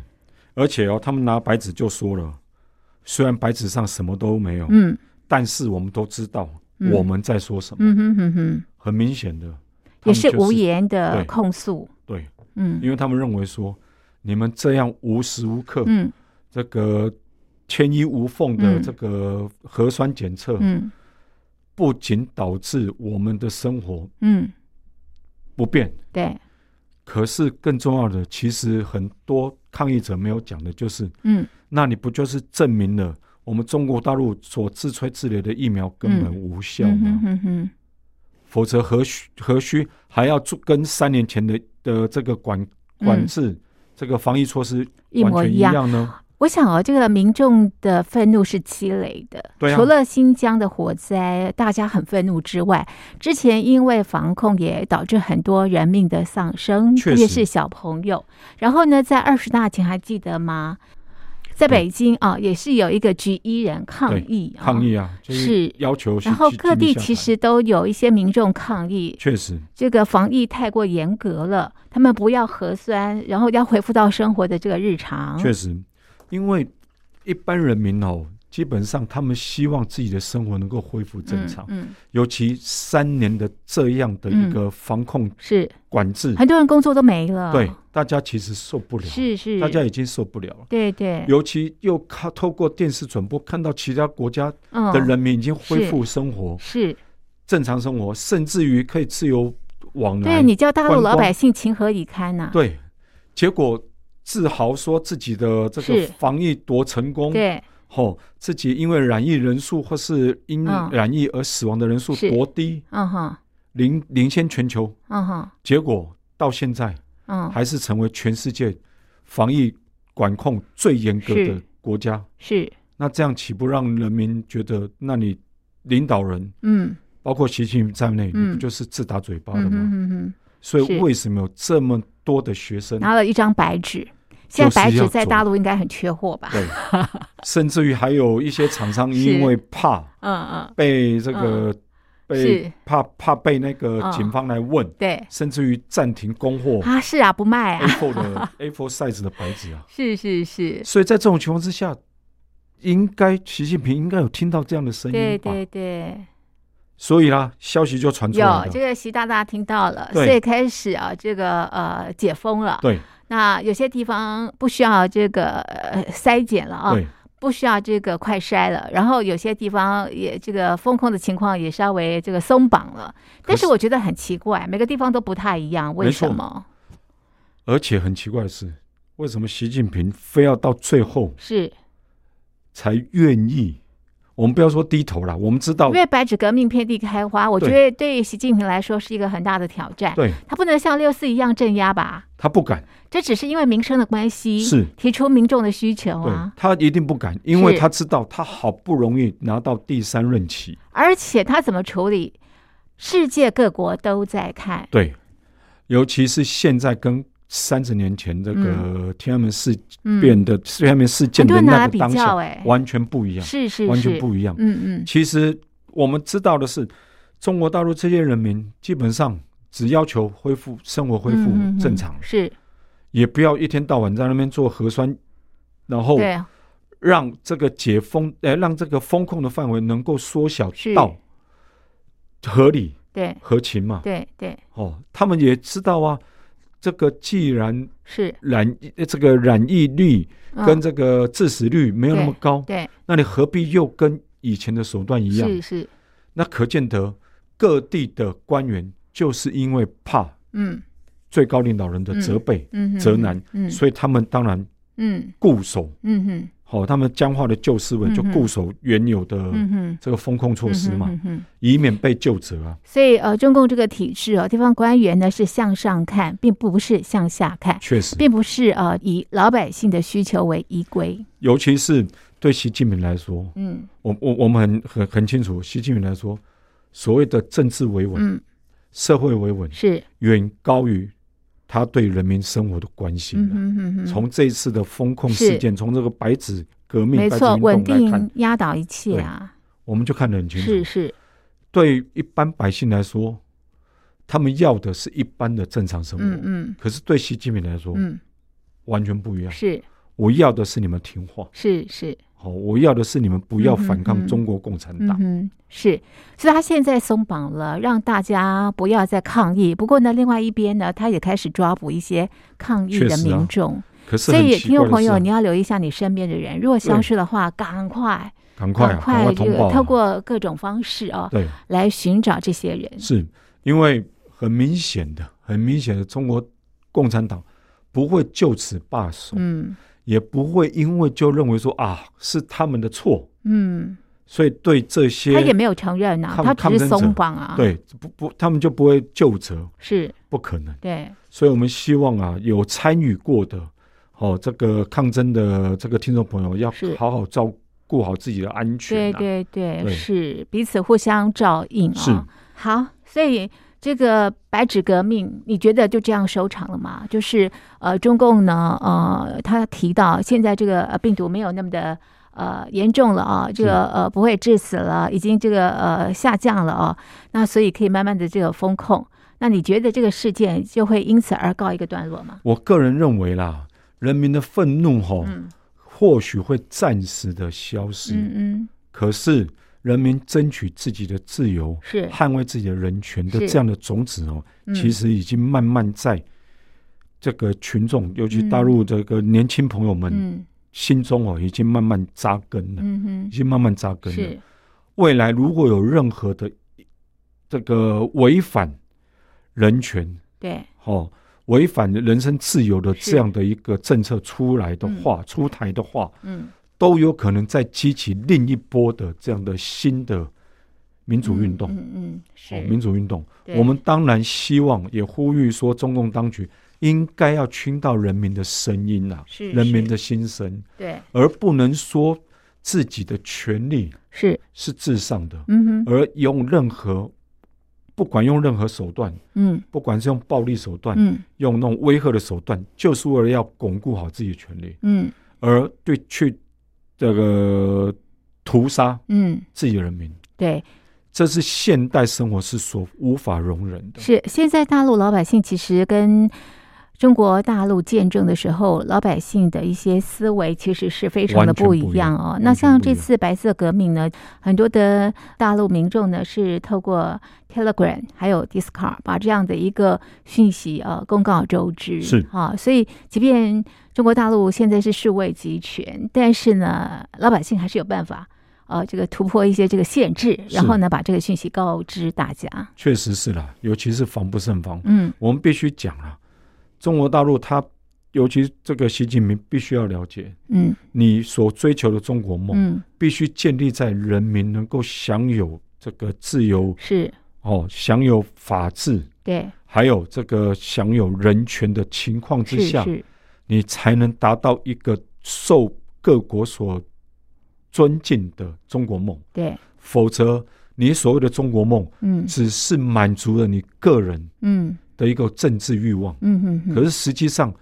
Speaker 2: 而且哦，他们拿白纸就说了，虽然白纸上什么都没有，
Speaker 1: 嗯
Speaker 2: 但是我们都知道
Speaker 1: 嗯
Speaker 2: 我们在说什么。
Speaker 1: 嗯哼哼哼，
Speaker 2: 很明显的，他
Speaker 1: 也
Speaker 2: 们
Speaker 1: 是
Speaker 2: 就
Speaker 1: 无言的
Speaker 2: 对
Speaker 1: 控诉，
Speaker 2: 对，
Speaker 1: 嗯
Speaker 2: 因为他们认为说，你们这样无时无刻、
Speaker 1: 嗯
Speaker 2: 这个天衣无缝的
Speaker 1: 嗯
Speaker 2: 这个核酸检测，
Speaker 1: 嗯
Speaker 2: 不仅导致我们的生活
Speaker 1: 嗯，
Speaker 2: 不便，
Speaker 1: 对，
Speaker 2: 可是更重要的，其实很多抗议者没有讲的就是，
Speaker 1: 嗯
Speaker 2: 那你不就是证明了我们中国大陆所自吹自擂的疫苗根本
Speaker 1: 嗯
Speaker 2: 无效
Speaker 1: 嗯
Speaker 2: 吗？
Speaker 1: 哼哼哼，
Speaker 2: 否则何须何须还要做跟三年前的的这个管
Speaker 1: 嗯
Speaker 2: 管制、这个防疫措施
Speaker 1: 一模
Speaker 2: 完全
Speaker 1: 一
Speaker 2: 一
Speaker 1: 样。
Speaker 2: 样呢？
Speaker 1: 我想哦，这个民众的愤怒是积累的。
Speaker 2: 对啊
Speaker 1: 除了新疆的火灾，大家很愤怒之外，之前因为防控也导致很多人命的丧生，
Speaker 2: 确
Speaker 1: 特
Speaker 2: 实
Speaker 1: 别是小朋友。然后呢，在二十大前还记得吗？在北京啊、也是有一个举一人抗议、啊，
Speaker 2: 抗。议啊，就是要求
Speaker 1: 然后
Speaker 2: 习近
Speaker 1: 各地
Speaker 2: 平下台
Speaker 1: 其实都有一些民众抗议，
Speaker 2: 确实
Speaker 1: 这个防疫太过严格了，他们不要核酸，然后要恢复到生活的这个日常。
Speaker 2: 确实，因为一般人民哦，基本上他们希望自己的生活能够恢复正常，
Speaker 1: 嗯，嗯
Speaker 2: 尤其三年的这样的一个防控
Speaker 1: 是。
Speaker 2: 管制，
Speaker 1: 很多人工作都没了。
Speaker 2: 嗯对，大家其实受不了，
Speaker 1: 是是，
Speaker 2: 大家已经受不了了。
Speaker 1: 对对，
Speaker 2: 尤其又看透过电视转播看到其他国家
Speaker 1: 嗯
Speaker 2: 的人民已经恢复生活、
Speaker 1: 是
Speaker 2: 正常生活，甚至于可以自由往来。
Speaker 1: 对你叫大陆
Speaker 2: 观
Speaker 1: 老
Speaker 2: 光
Speaker 1: 百姓情何以堪 呐、
Speaker 2: 对结果自豪说自己的这
Speaker 1: 是
Speaker 2: 个防疫多成功，
Speaker 1: 对
Speaker 2: 吼、自己因为染疫人数或是因
Speaker 1: 嗯
Speaker 2: 染疫而死亡的人数
Speaker 1: 是
Speaker 2: 多低，
Speaker 1: 嗯哼，
Speaker 2: 领领先全球，
Speaker 1: 嗯哼，
Speaker 2: 结果到现在
Speaker 1: 嗯，
Speaker 2: 还是成为全世界防疫管控最严格的
Speaker 1: 是
Speaker 2: 国家。
Speaker 1: 是，
Speaker 2: 那这样岂不让人民觉得，那你领导人
Speaker 1: 嗯，
Speaker 2: 包括习近平在内，
Speaker 1: 嗯
Speaker 2: 你不就是自打嘴巴了
Speaker 1: 嗯
Speaker 2: 吗？
Speaker 1: 哼哼哼，
Speaker 2: 所
Speaker 1: 是
Speaker 2: 以为什么有这么多的学生，
Speaker 1: 拿了一张白纸，现在白纸在大陆应该很缺货吧？
Speaker 2: 对，甚至于还有一些厂商
Speaker 1: 是
Speaker 2: 因为怕
Speaker 1: 嗯嗯，
Speaker 2: 被这个、
Speaker 1: 是
Speaker 2: 被怕怕被那个
Speaker 1: 嗯
Speaker 2: 警方来问，
Speaker 1: 对
Speaker 2: 甚至于暂停供货
Speaker 1: 啊，是啊，不卖啊，
Speaker 2: A4 的 A4 size 的白纸啊。
Speaker 1: 是是是，
Speaker 2: 所以在这种情况之下，应该习近平应该有听到这样的声
Speaker 1: 对
Speaker 2: 音吧？
Speaker 1: 对对。
Speaker 2: 所以啦，消息就传出
Speaker 1: 有
Speaker 2: 来了。
Speaker 1: 这个习大大听到了，
Speaker 2: 对
Speaker 1: 所以开始啊，这个呃解封了。
Speaker 2: 对
Speaker 1: 那有些地方不需要这个、呃、筛检了啊，
Speaker 2: 对
Speaker 1: 不需要这个快筛了。然后有些地方也这个风控的情况也稍微这个松绑了，
Speaker 2: 可
Speaker 1: 但是
Speaker 2: 是
Speaker 1: 我觉得很奇怪，每个地方都不太一样，为
Speaker 2: 没错
Speaker 1: 什么？
Speaker 2: 而且很奇怪的是，为什么习近平非要到最后
Speaker 1: 是
Speaker 2: 才愿意？我们不要说低头啦，我们知道
Speaker 1: 因，为白纸革命遍地开花，我觉
Speaker 2: 哦对
Speaker 1: 得对习近平来说是一个很大的挑战。
Speaker 2: 对
Speaker 1: 他不能像六四一样镇压吧？
Speaker 2: 他不敢，
Speaker 1: 这只是因为民生的关系，
Speaker 2: 是
Speaker 1: 提出民众的需求
Speaker 2: 对
Speaker 1: 啊。
Speaker 2: 他一定不敢，因为
Speaker 1: 是
Speaker 2: 他知道他好不容易拿到第三任期，
Speaker 1: 而且他怎么处理，世界各国都在看。
Speaker 2: 对，尤其是现在跟三十年前这个天安门事
Speaker 1: 嗯，
Speaker 2: 变的、天安门事件
Speaker 1: 很多
Speaker 2: 的
Speaker 1: 人拿来
Speaker 2: 那
Speaker 1: 比
Speaker 2: 个当
Speaker 1: 较，
Speaker 2: 下，
Speaker 1: 哎，
Speaker 2: 完全不一样，
Speaker 1: 是是
Speaker 2: 完
Speaker 1: 是
Speaker 2: 全，不一样。
Speaker 1: 嗯嗯，
Speaker 2: 其实我们知道的是，中国大陆这些人民基本上只要求恢复生活恢复
Speaker 1: 嗯嗯嗯
Speaker 2: 正常，
Speaker 1: 是
Speaker 2: 也不要一天到晚在那边做核酸，然后
Speaker 1: 对，
Speaker 2: 让这个解封，呃，让这个风控的范围能够缩小
Speaker 1: 是
Speaker 2: 到合理
Speaker 1: 对
Speaker 2: 合情嘛。
Speaker 1: 对对
Speaker 2: 哦，他们也知道啊，这个既然
Speaker 1: 是，
Speaker 2: 染疫呃这个染疫率
Speaker 1: 嗯
Speaker 2: 跟这个致死率没有那么高，
Speaker 1: 对
Speaker 2: 那你何必又跟以前的手段一样？
Speaker 1: 是是，
Speaker 2: 那可见得各地的官员就是因为怕
Speaker 1: 嗯
Speaker 2: 最高领导人的责备，
Speaker 1: 嗯哼，
Speaker 2: 责难
Speaker 1: 嗯
Speaker 2: 所以他们当然
Speaker 1: 嗯
Speaker 2: 固守
Speaker 1: 嗯哼
Speaker 2: 好、他们僵化的旧思维
Speaker 1: 嗯哼
Speaker 2: 就固守原有的
Speaker 1: 嗯哼，
Speaker 2: 这个风控措施嘛，
Speaker 1: 嗯哼嗯哼
Speaker 2: 以免被究责啊。
Speaker 1: 所以呃，中共这个体制哦，地方官员呢是向上看，并不是向下看，
Speaker 2: 确实，
Speaker 1: 并不是呃以老百姓的需求为依归。
Speaker 2: 尤其是对习近平来说，
Speaker 1: 嗯
Speaker 2: 我我我们很很很清楚，习近平来说，所谓的政治维稳、
Speaker 1: 嗯，
Speaker 2: 社会维稳，
Speaker 1: 是，
Speaker 2: 远高于他对人民生活的关心
Speaker 1: 嗯
Speaker 2: 啊、
Speaker 1: 哼哼哼，
Speaker 2: 从这一次的风控
Speaker 1: 是
Speaker 2: 事件，从这个白纸革命、
Speaker 1: 没
Speaker 2: 白纸
Speaker 1: 错，
Speaker 2: 运
Speaker 1: 稳
Speaker 2: 动来
Speaker 1: 定
Speaker 2: 看，
Speaker 1: 压倒一切啊，
Speaker 2: 我们就看得很清
Speaker 1: 是
Speaker 2: 楚。
Speaker 1: 是，
Speaker 2: 对于一般百姓来说，他们要的是一般的正常生活，
Speaker 1: 嗯嗯
Speaker 2: 可是对习近平来说、
Speaker 1: 嗯，
Speaker 2: 完全不一样。
Speaker 1: 是
Speaker 2: 我要的是你们听话，
Speaker 1: 是是，
Speaker 2: 哦，我要的是你们不要
Speaker 1: 嗯哼
Speaker 2: 反抗
Speaker 1: 嗯
Speaker 2: 中国共产
Speaker 1: 嗯
Speaker 2: 党。
Speaker 1: 哼，是，所以他现在松绑了，让大家不要再抗议。不过呢，另外一边呢，他也开始抓捕一些抗议
Speaker 2: 确
Speaker 1: 的
Speaker 2: 实啊
Speaker 1: 民众，
Speaker 2: 可是
Speaker 1: 所
Speaker 2: 很
Speaker 1: 以也
Speaker 2: 奇
Speaker 1: 听
Speaker 2: 怪
Speaker 1: 众
Speaker 2: 的
Speaker 1: 朋
Speaker 2: 是
Speaker 1: 友，
Speaker 2: 啊，
Speaker 1: 你要留意一下你身边的人，如果消
Speaker 2: 对
Speaker 1: 失的话，赶快
Speaker 2: 赶快啊，赶快
Speaker 1: 这
Speaker 2: 通
Speaker 1: 个
Speaker 2: 报
Speaker 1: 透
Speaker 2: 啊、
Speaker 1: 过各种方式啊，
Speaker 2: 对，
Speaker 1: 来寻找这些人。
Speaker 2: 是因为很明显的、很明显的，中国共产党不会就此罢手，
Speaker 1: 嗯
Speaker 2: 也不会因为就认为说啊是他们的错，
Speaker 1: 嗯，
Speaker 2: 所以对这
Speaker 1: 他也
Speaker 2: 些
Speaker 1: 没有承认啊，
Speaker 2: 抗
Speaker 1: 他只
Speaker 2: 抗
Speaker 1: 是
Speaker 2: 争者
Speaker 1: 松绑啊，，
Speaker 2: 对不不，他们就不会就责，
Speaker 1: 是，
Speaker 2: 不可能。
Speaker 1: 对，
Speaker 2: 所以我们希望啊，有参与过的哦，这个抗争的这个听众朋友要
Speaker 1: 是
Speaker 2: 好好照顾好自己的安全、
Speaker 1: 对
Speaker 2: 啊。
Speaker 1: 对对，
Speaker 2: 对
Speaker 1: 是彼此互相照应啊、
Speaker 2: 是
Speaker 1: 好，所以这个白纸革命，你觉得就这样收场了吗？就是呃，中共呢，呃，他提到现在这个呃病毒没有那么的。呃，严重了啊，这个呃不会致死了，已经这个呃下降了啊，那所以可以慢慢的这个风控。那你觉得这个事件就会因此而告一个段落吗？
Speaker 2: 我个人认为啦，人民的愤怒吼、
Speaker 1: 嗯
Speaker 2: 或许会暂时的消失，
Speaker 1: 嗯嗯，
Speaker 2: 可是人民争取自己的自由、
Speaker 1: 是，
Speaker 2: 捍卫自己的人权的
Speaker 1: 是
Speaker 2: 这样的种子哦，
Speaker 1: 嗯
Speaker 2: 其实已经慢慢在这个群众，尤其
Speaker 1: 嗯
Speaker 2: 大陆这个年轻朋友们
Speaker 1: 嗯
Speaker 2: 心中哦，已经慢慢扎根了，
Speaker 1: 嗯
Speaker 2: 已经慢慢扎
Speaker 1: 哼，
Speaker 2: 根了。
Speaker 1: 是，
Speaker 2: 未来如果有任何的这个违反人权、
Speaker 1: 对，
Speaker 2: 哦违反人身自由的
Speaker 1: 是
Speaker 2: 这样的一个政策出来的话，出台的话，
Speaker 1: 嗯
Speaker 2: 都有可能再激起另一波的这样的新的民主运动。
Speaker 1: 嗯嗯嗯，是、
Speaker 2: 哦，民主运动，
Speaker 1: 对
Speaker 2: 我们当然希望也呼吁说，中共当局应该要听到人民的声音啊，
Speaker 1: 是
Speaker 2: 人民
Speaker 1: 是
Speaker 2: 的心声，
Speaker 1: 对
Speaker 2: 而不能说自己的权利
Speaker 1: 是，
Speaker 2: 是至上的，
Speaker 1: 嗯哼，
Speaker 2: 而用任何不管用任何手段，
Speaker 1: 嗯
Speaker 2: 不管是用暴力手段，
Speaker 1: 嗯
Speaker 2: 用那种威吓的手段，就是为了要巩固好自己的权利，
Speaker 1: 嗯
Speaker 2: 而对去这个屠杀
Speaker 1: 嗯，
Speaker 2: 自己的人民，
Speaker 1: 对，
Speaker 2: 这是现代生活是所无法容忍的。
Speaker 1: 是现在大陆老百姓其实跟中国大陆见证的时候，老百姓的一些思维其实是非常的
Speaker 2: 完全
Speaker 1: 不
Speaker 2: 不
Speaker 1: 一
Speaker 2: 一样
Speaker 1: 样
Speaker 2: 嗯
Speaker 1: 哦。
Speaker 2: 完
Speaker 1: 那
Speaker 2: 全
Speaker 1: 像
Speaker 2: 不一
Speaker 1: 这
Speaker 2: 样
Speaker 1: 次白色革命呢，很多的大陆民众呢是透过 Telegram 还有 Discord 把这样的一个讯息呃公告周知，
Speaker 2: 是
Speaker 1: 啊，所以即便中国大陆现在是世卫集权，但是呢，老百姓还是有办法。呃，这个突破一些这个限制，然
Speaker 2: 是
Speaker 1: 后呢，把这个讯息告知大家。
Speaker 2: 确实是啦，尤其是防不胜防，
Speaker 1: 嗯
Speaker 2: 我们必须讲啦。中国大陆它，尤其这个习近平必须要了解，
Speaker 1: 嗯
Speaker 2: 你所追求的中国梦，
Speaker 1: 嗯，
Speaker 2: 必须建立在人民能够享有这个自由
Speaker 1: 是
Speaker 2: 哦，享有法治，
Speaker 1: 对。
Speaker 2: 还有这个享有人权的情况之
Speaker 1: 是
Speaker 2: 下，
Speaker 1: 是，
Speaker 2: 你才能达到一个受各国所尊敬的中国梦。
Speaker 1: 对，
Speaker 2: 否则，你所谓的中国梦，
Speaker 1: 嗯
Speaker 2: 只是满足了你个人
Speaker 1: 嗯
Speaker 2: 的一个政治欲望。
Speaker 1: 嗯嗯嗯，
Speaker 2: 可是实际上，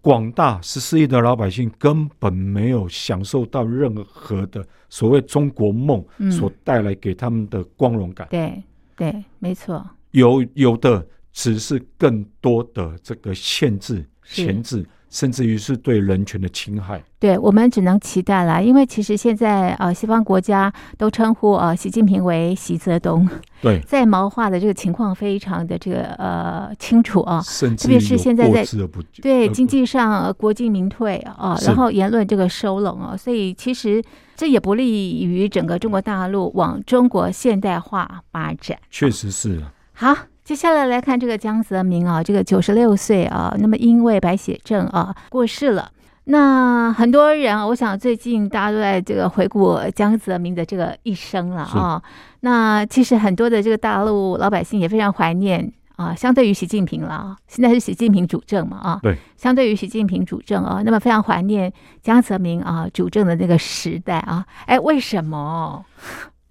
Speaker 2: 广大十四亿的老百姓根本没有享受到任何的所谓中国梦
Speaker 1: 嗯
Speaker 2: 所带来给他们的光荣感。
Speaker 1: 对对，没错，
Speaker 2: 有有的只是更多的这个限制、
Speaker 1: 是
Speaker 2: 钳制，甚至于是对人权的侵害。
Speaker 1: 对我们只能期待了，因为其实现在呃，西方国家都称呼呃习近平为习泽东，
Speaker 2: 对，
Speaker 1: 在毛化的这个情况非常的这个呃清楚啊。
Speaker 2: 甚至
Speaker 1: 特别是
Speaker 2: 有
Speaker 1: 现在
Speaker 2: 过
Speaker 1: 在
Speaker 2: 之而不及
Speaker 1: 对
Speaker 2: 而
Speaker 1: 经
Speaker 2: 不
Speaker 1: 济上、呃国进民退啊、
Speaker 2: 是
Speaker 1: 然后言论这个收拢啊，所以其实这也不利于整个中国大陆往中国现代化发展。
Speaker 2: 确实是啊，
Speaker 1: 好，接下来来看这个江泽民啊，这个九十六岁啊，那么因为白血症啊过世了。那很多人啊，我想最近大家都在这个回顾江泽民的这个一生了啊。那其实很多的这个大陆老百姓也非常怀念啊，相对于习近平了啊，现在是习近平主政嘛啊，
Speaker 2: 对，
Speaker 1: 相对于习近平主政啊，那么非常怀念江泽民啊主政的那个时代啊。哎，为什么？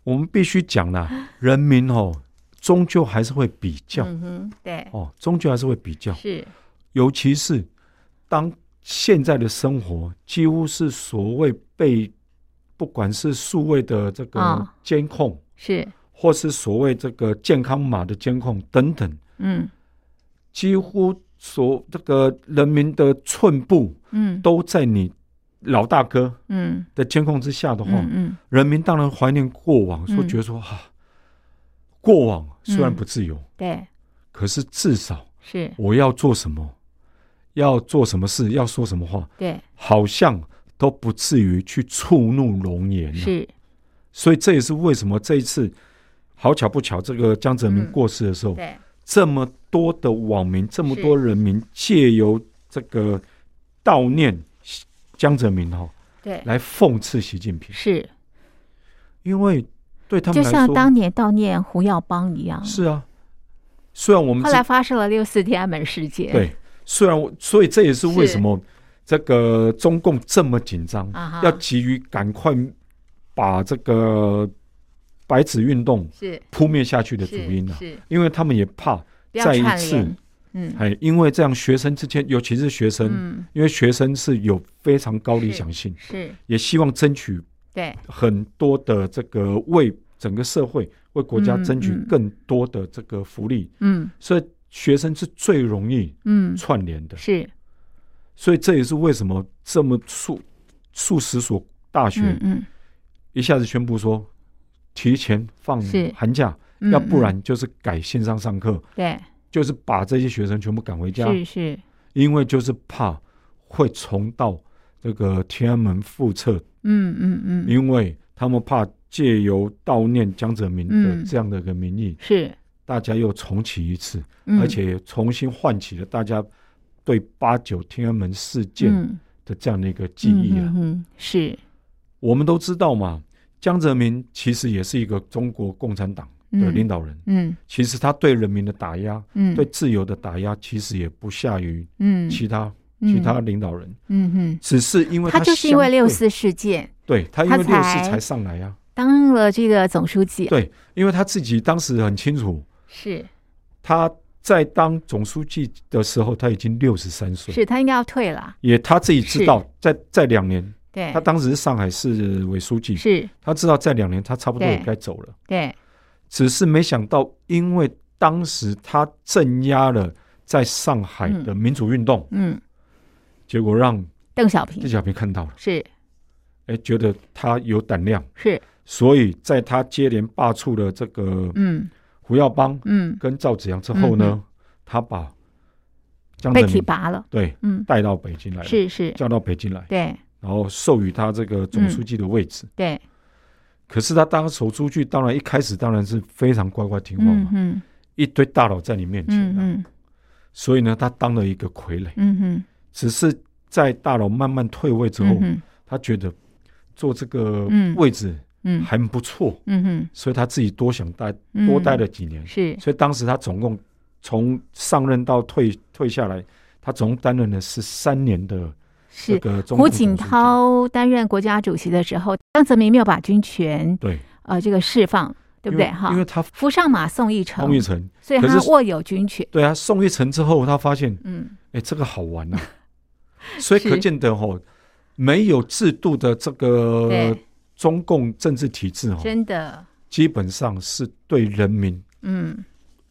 Speaker 2: 我们必须讲啦，人民哦，终究还是会比较、
Speaker 1: 嗯哼，对，
Speaker 2: 哦，终究还是会比较，
Speaker 1: 是，
Speaker 2: 尤其是当现在的生活几乎是所谓被不管是数位的这个
Speaker 1: 啊
Speaker 2: 监控，
Speaker 1: 是，
Speaker 2: 或是所谓这个健康码的监控等等，
Speaker 1: 嗯
Speaker 2: 几乎所这个人民的寸步
Speaker 1: 嗯
Speaker 2: 都在你老大哥
Speaker 1: 嗯。
Speaker 2: 的监控之下的话，
Speaker 1: 嗯嗯，
Speaker 2: 人民当然怀念过往，说
Speaker 1: 嗯
Speaker 2: 觉得说啊，过往虽然
Speaker 1: 嗯
Speaker 2: 不自由，
Speaker 1: 对，
Speaker 2: 可是至少
Speaker 1: 是，
Speaker 2: 我要做什么，要做什么事，要说什么话，
Speaker 1: 对，
Speaker 2: 好像都不至于去触怒龙颜、啊。
Speaker 1: 是，
Speaker 2: 所以这也是为什么这一次好巧不巧，这个江泽民
Speaker 1: 嗯
Speaker 2: 过世的时候，
Speaker 1: 对，
Speaker 2: 这么多的网民，这么多人民借由这个悼念江泽民哦，
Speaker 1: 对，
Speaker 2: 来讽刺习近平，
Speaker 1: 是，
Speaker 2: 因为对他
Speaker 1: 就
Speaker 2: 们来
Speaker 1: 像当
Speaker 2: 说
Speaker 1: 年悼念胡耀邦一样，
Speaker 2: 是啊，虽然我们
Speaker 1: 后
Speaker 2: 是
Speaker 1: 来发生了六四天安门事件，，
Speaker 2: 对，虽然我，所以这也是为
Speaker 1: 是
Speaker 2: 什么这个中共这么紧张，
Speaker 1: 啊哈
Speaker 2: 要急于赶快把这个白纸运动
Speaker 1: 是
Speaker 2: 扑灭下去的主
Speaker 1: 是
Speaker 2: 因啊，
Speaker 1: 是，
Speaker 2: 因为他们也怕
Speaker 1: 不要
Speaker 2: 再一
Speaker 1: 串
Speaker 2: 次
Speaker 1: 联，嗯
Speaker 2: 哎，因为这样学生之间，尤其是学生，
Speaker 1: 嗯，
Speaker 2: 因为学生是有非常高理
Speaker 1: 是
Speaker 2: 想性，
Speaker 1: 是，
Speaker 2: 也希望争取
Speaker 1: 对，
Speaker 2: 很多的这个为整个社会、为国家
Speaker 1: 嗯
Speaker 2: 争取
Speaker 1: 嗯
Speaker 2: 更多的这个福利，
Speaker 1: 嗯
Speaker 2: 所以学生是最容易
Speaker 1: 嗯，
Speaker 2: 串联的。
Speaker 1: 是，
Speaker 2: 所以这也是为什么这么数数十所大学
Speaker 1: 嗯嗯
Speaker 2: 一下子宣布说提前放
Speaker 1: 是
Speaker 2: 寒假，
Speaker 1: 嗯，
Speaker 2: 要不
Speaker 1: 嗯
Speaker 2: 然就是改线上上课，
Speaker 1: 对，
Speaker 2: 就是把这些学生全部赶回家，
Speaker 1: 是是，
Speaker 2: 因为就是怕会重蹈这个天安门复测，
Speaker 1: 嗯嗯嗯，
Speaker 2: 因为他们怕借由悼念江泽民的
Speaker 1: 嗯
Speaker 2: 这样的一个名义，
Speaker 1: 是，
Speaker 2: 大家又重启一次，
Speaker 1: 嗯
Speaker 2: 而且重新唤起了大家对八九天安门事件
Speaker 1: 嗯
Speaker 2: 的这样的一个记忆啊。
Speaker 1: 嗯嗯嗯是，
Speaker 2: 我们都知道嘛，江泽民其实也是一个中国共产党的领导人，
Speaker 1: 嗯
Speaker 2: 其实他对人民的打压、
Speaker 1: 嗯，
Speaker 2: 对自由的打压，其实也不下于
Speaker 1: 嗯，
Speaker 2: 其他、
Speaker 1: 嗯
Speaker 2: 其他领导人，
Speaker 1: 嗯哼，
Speaker 2: 只是因为
Speaker 1: 他就是因为
Speaker 2: 相
Speaker 1: 六
Speaker 2: 对，
Speaker 1: 四事件
Speaker 2: 对他因
Speaker 1: 他
Speaker 2: 为六四
Speaker 1: 才
Speaker 2: 才上来啊，
Speaker 1: 当了这个总书记，
Speaker 2: 对，因为他自己当时很清楚，
Speaker 1: 是
Speaker 2: 他在当总书记的时候，他已经六十三岁，
Speaker 1: 是，他应该要退了，
Speaker 2: 也他自己知道，在在两年，
Speaker 1: 对
Speaker 2: 他，当时是上海市委书记，
Speaker 1: 哎是，
Speaker 2: 他知道在两年他差不多也
Speaker 1: 对
Speaker 2: 该走了，
Speaker 1: 对，
Speaker 2: 只是没想到，因为当时他镇压了在上海的民主运动，
Speaker 1: 嗯，
Speaker 2: 结果让
Speaker 1: 邓小平
Speaker 2: 邓小平看到了，
Speaker 1: 是嗯
Speaker 2: 哎，觉得他有胆量，
Speaker 1: 是，
Speaker 2: 所以在他接连罢黜了这个
Speaker 1: 嗯
Speaker 2: 胡耀邦
Speaker 1: 嗯，
Speaker 2: 跟赵紫阳之后
Speaker 1: 嗯
Speaker 2: 呢，他把江
Speaker 1: 被
Speaker 2: 泽
Speaker 1: 提
Speaker 2: 民
Speaker 1: 拔了，
Speaker 2: 对
Speaker 1: 嗯，
Speaker 2: 带到北京来了，
Speaker 1: 是是，
Speaker 2: 叫到北京来，
Speaker 1: 对
Speaker 2: 然后授予他这个总书记的位置。
Speaker 1: 对，
Speaker 2: 可是他当总书记，当然一开始当然是非常乖乖听话
Speaker 1: 嗯
Speaker 2: 嘛，
Speaker 1: 哼，
Speaker 2: 一堆大佬在你面前、啊，
Speaker 1: 嗯嗯
Speaker 2: 所以呢，他当了一个傀儡。
Speaker 1: 嗯哼，
Speaker 2: 只是在大佬慢慢退位之后，
Speaker 1: 嗯哼，
Speaker 2: 他觉得做这个
Speaker 1: 嗯
Speaker 2: 位置
Speaker 1: 嗯
Speaker 2: 还不错，
Speaker 1: 嗯哼
Speaker 2: 所以他自己多想待
Speaker 1: 嗯，
Speaker 2: 多待了几年。
Speaker 1: 是，
Speaker 2: 所以当时他总共从上任到退退下来，他总共担任了十三年的这
Speaker 1: 是
Speaker 2: 个中
Speaker 1: 胡
Speaker 2: 共总
Speaker 1: 锦
Speaker 2: 书记。
Speaker 1: 涛担任国家主席的时候，江泽民没有把军权
Speaker 2: 对
Speaker 1: 呃这个释放，对不对
Speaker 2: 因为
Speaker 1: 哈
Speaker 2: 因？为他
Speaker 1: 扶上马送一程
Speaker 2: 宋，一成，
Speaker 1: 所以
Speaker 2: 可
Speaker 1: 他
Speaker 2: 是
Speaker 1: 握有军权。
Speaker 2: 对啊，宋一成之后，他发现
Speaker 1: 嗯，
Speaker 2: 哎，这个好玩 呐、所以
Speaker 1: 是
Speaker 2: 可见得吼、没有制度的这个
Speaker 1: 对
Speaker 2: 中共政治体制吼、
Speaker 1: 真的，
Speaker 2: 基本上是对人民
Speaker 1: 嗯，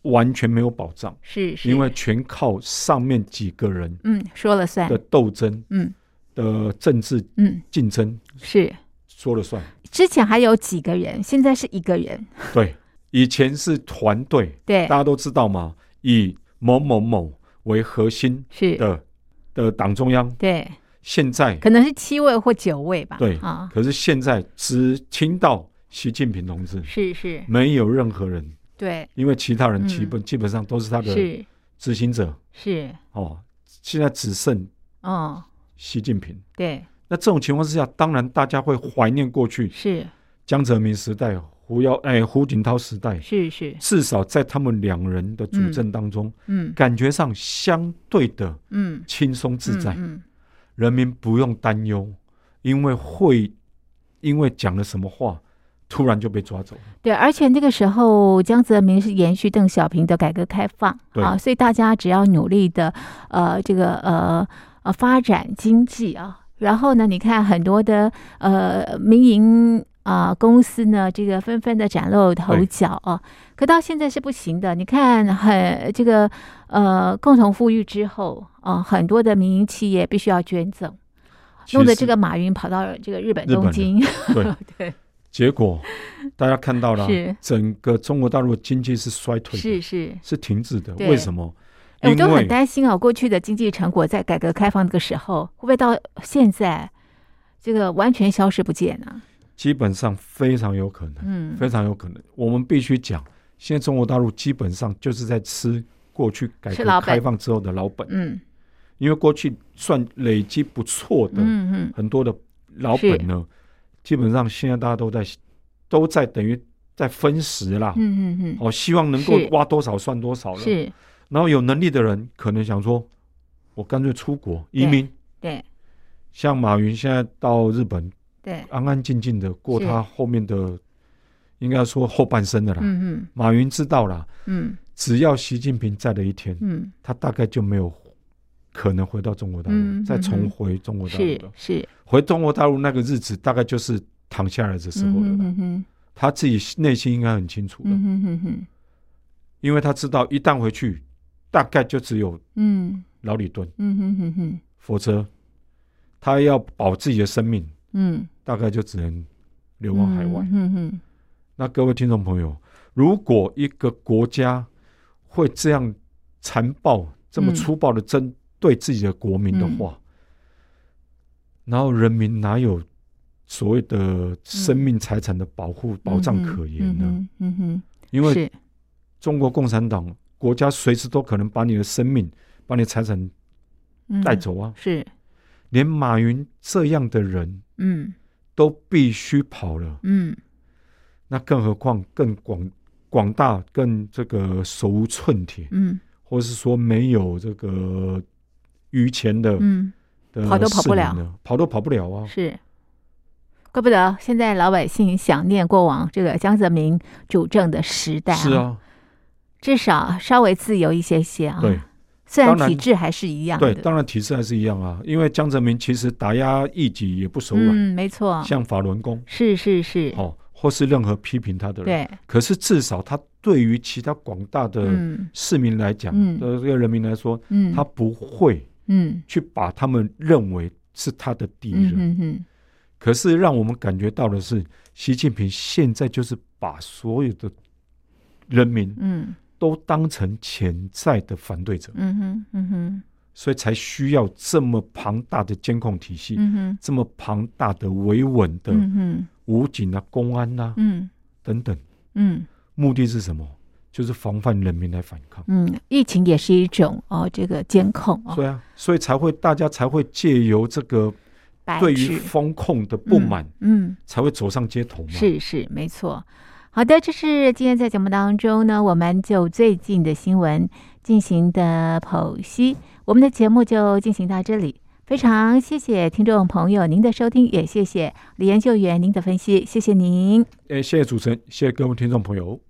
Speaker 2: 完全没有保障，
Speaker 1: 是是，
Speaker 2: 因为全靠上面几个人
Speaker 1: 嗯说了算
Speaker 2: 的，斗争
Speaker 1: 嗯
Speaker 2: 的政治
Speaker 1: 嗯
Speaker 2: 竞争
Speaker 1: 是。
Speaker 2: 说了 算。
Speaker 1: 之前还有几个人，现在是一个人，
Speaker 2: 对，以前是团队，
Speaker 1: 对
Speaker 2: 大，家都知道嘛，以某某某为核心
Speaker 1: 是，
Speaker 2: 的的党中央，
Speaker 1: 对，
Speaker 2: 现在
Speaker 1: 可能是七位或九位吧，
Speaker 2: 对
Speaker 1: 啊，
Speaker 2: 可是现在只听到习近平同志，
Speaker 1: 是是，
Speaker 2: 没有任何人，
Speaker 1: 对，
Speaker 2: 因为其他人
Speaker 1: 嗯
Speaker 2: 基本、基本上都是他的
Speaker 1: 是
Speaker 2: 执行者
Speaker 1: 是，
Speaker 2: 哦，现在只剩
Speaker 1: 哦，
Speaker 2: 习近平。
Speaker 1: 对，
Speaker 2: 那这种情况之下，当然大家会怀念过去
Speaker 1: 是
Speaker 2: 江泽民时代、胡耀哎胡锦涛时代，
Speaker 1: 是是，
Speaker 2: 至少在他们两人的主政当中，
Speaker 1: 嗯
Speaker 2: 感觉上相对的
Speaker 1: 嗯，
Speaker 2: 轻松自在，
Speaker 1: 嗯，
Speaker 2: 人民不用担忧，因为会因为讲了什么话，突然就被抓走了。
Speaker 1: 嗯对，而且那个时候江泽民是延续邓小平的改革开放
Speaker 2: 对
Speaker 1: 啊，所以大家只要努力的呃这个呃呃发展经济啊，然后呢，你看很多的呃民营。啊、公司呢，这个纷纷的崭露头
Speaker 2: 对
Speaker 1: 角啊，可到现在是不行的。你看很，这个呃，共同富裕之后啊、很多的民营企业必须要捐赠，弄得
Speaker 2: 其
Speaker 1: 这
Speaker 2: 实
Speaker 1: 个马云跑到这个日本
Speaker 2: 日本
Speaker 1: 东
Speaker 2: 人
Speaker 1: 京，
Speaker 2: 对
Speaker 1: 对，
Speaker 2: 结果，大家看到了
Speaker 1: 是
Speaker 2: 啊，整个中国大陆的经济是衰退
Speaker 1: 是
Speaker 2: 的，
Speaker 1: 是。
Speaker 2: 是停滞的。
Speaker 1: 对
Speaker 2: 为什么？
Speaker 1: 哎我都
Speaker 2: 因
Speaker 1: 很
Speaker 2: 为
Speaker 1: 担心哦，过去的经济成果在改革开放那个时候，会不会到现在这个完全消失不见呢、
Speaker 2: 基本上非常有可能，
Speaker 1: 嗯，
Speaker 2: 非常有可能，我们必须讲，现在中国大陆基本上就是在吃过去改
Speaker 1: 吃
Speaker 2: 革
Speaker 1: 老本
Speaker 2: 开放之后的老本，
Speaker 1: 嗯
Speaker 2: 因为过去算累积不错的
Speaker 1: 嗯嗯，
Speaker 2: 很多的老本呢，基本上现在大家都在都在等于在分食啦。
Speaker 1: 嗯嗯
Speaker 2: 哦，希望能够
Speaker 1: 是
Speaker 2: 挖多少算多少
Speaker 1: 嗯，
Speaker 2: 了。
Speaker 1: 是
Speaker 2: 然后有能力的人可能想说，我干脆出国移民，
Speaker 1: 对
Speaker 2: 像马云现在到日本，
Speaker 1: 对，
Speaker 2: 安安静静的过
Speaker 1: 是
Speaker 2: 他后面的，应该说后半生的啦。
Speaker 1: 嗯
Speaker 2: 马云知道啦，
Speaker 1: 嗯嗯
Speaker 2: 只要习近平在的一天，
Speaker 1: 嗯，
Speaker 2: 他大概就没有可能回到中国大陆，
Speaker 1: 嗯
Speaker 2: 再重
Speaker 1: 嗯
Speaker 2: 回中国大陆
Speaker 1: 是
Speaker 2: 的。
Speaker 1: 是，
Speaker 2: 回中国大陆那个日子，大概就是躺下来的时
Speaker 1: 嗯
Speaker 2: 候了啦。
Speaker 1: 哼哼哼，
Speaker 2: 他自己内心应该很清楚的，
Speaker 1: 嗯哼哼哼，
Speaker 2: 因为他知道一旦回去，大概就只有
Speaker 1: 嗯
Speaker 2: 老李蹲，
Speaker 1: 嗯哼哼哼，
Speaker 2: 否则他要保自己的生命，
Speaker 1: 嗯，
Speaker 2: 大概就只能流亡海外。
Speaker 1: 嗯哼哼，
Speaker 2: 那各位听众朋友，如果一个国家会这样残暴、这么
Speaker 1: 嗯
Speaker 2: 粗暴的针对自己的国民的话，然后人民哪有所谓的生命财产的保护、保障可言呢？
Speaker 1: 嗯哼，嗯哼，
Speaker 2: 因为
Speaker 1: 是
Speaker 2: 中国共产党国家随时都可能把你的生命、把你的财产带，走啊！
Speaker 1: 嗯是
Speaker 2: 连马云这样的人
Speaker 1: 嗯
Speaker 2: 都必须跑了，
Speaker 1: 嗯
Speaker 2: 那更何况更广广大、更这个手无寸铁，
Speaker 1: 嗯
Speaker 2: 或是说没有这个余钱的，
Speaker 1: 嗯，
Speaker 2: 的
Speaker 1: 跑都跑不了
Speaker 2: 市民呢，跑都跑不了啊！
Speaker 1: 是。怪不得现在老百姓想念过往这个江泽民主政的时代、
Speaker 2: 是，啊，
Speaker 1: 至少稍微自由一些些啊。
Speaker 2: 对，
Speaker 1: 虽然
Speaker 2: 当然
Speaker 1: 体制还是一样的，
Speaker 2: 对，当然体制还是一样啊，因为江泽民其实打压异己也不手软，
Speaker 1: 嗯，没错，
Speaker 2: 像法轮功
Speaker 1: 是是是，
Speaker 2: 哦，或是任何批评他的人，
Speaker 1: 对，
Speaker 2: 可是至少他对于其他广大的
Speaker 1: 嗯
Speaker 2: 市民来讲，
Speaker 1: 嗯
Speaker 2: 呃，这个人民来说，
Speaker 1: 嗯，
Speaker 2: 呃他不会
Speaker 1: 嗯
Speaker 2: 去把他们认为是他的敌
Speaker 1: 嗯
Speaker 2: 人。
Speaker 1: 嗯嗯，
Speaker 2: 可是让我们感觉到的是，习近平现在就是把所有的人民
Speaker 1: 嗯
Speaker 2: 都当成潜在的反对者，
Speaker 1: 嗯哼嗯哼
Speaker 2: 所以才需要这么庞大的监控体系，
Speaker 1: 嗯哼
Speaker 2: 这么庞大的维稳的
Speaker 1: 嗯哼
Speaker 2: 武警啊、公安啊
Speaker 1: 嗯
Speaker 2: 等等，
Speaker 1: 嗯
Speaker 2: 目的是什么？就是防范人民来反抗。
Speaker 1: 嗯，疫情也是一种哦，这个监控哦，
Speaker 2: 对啊，所以才会大家才会借由这个
Speaker 1: 白
Speaker 2: 对于
Speaker 1: 纸，
Speaker 2: 风控的不满，
Speaker 1: 嗯。
Speaker 2: 才会走上街头嘛。
Speaker 1: 是是，没错。好的，这是今天在节目当中呢，我们就最近的新闻进行的剖析。我们的节目就进行到这里，非常谢谢听众朋友您的收听，也谢谢李研究员您的分析，谢谢您。
Speaker 2: 哎诶，谢谢主持人，谢谢各位听众朋友。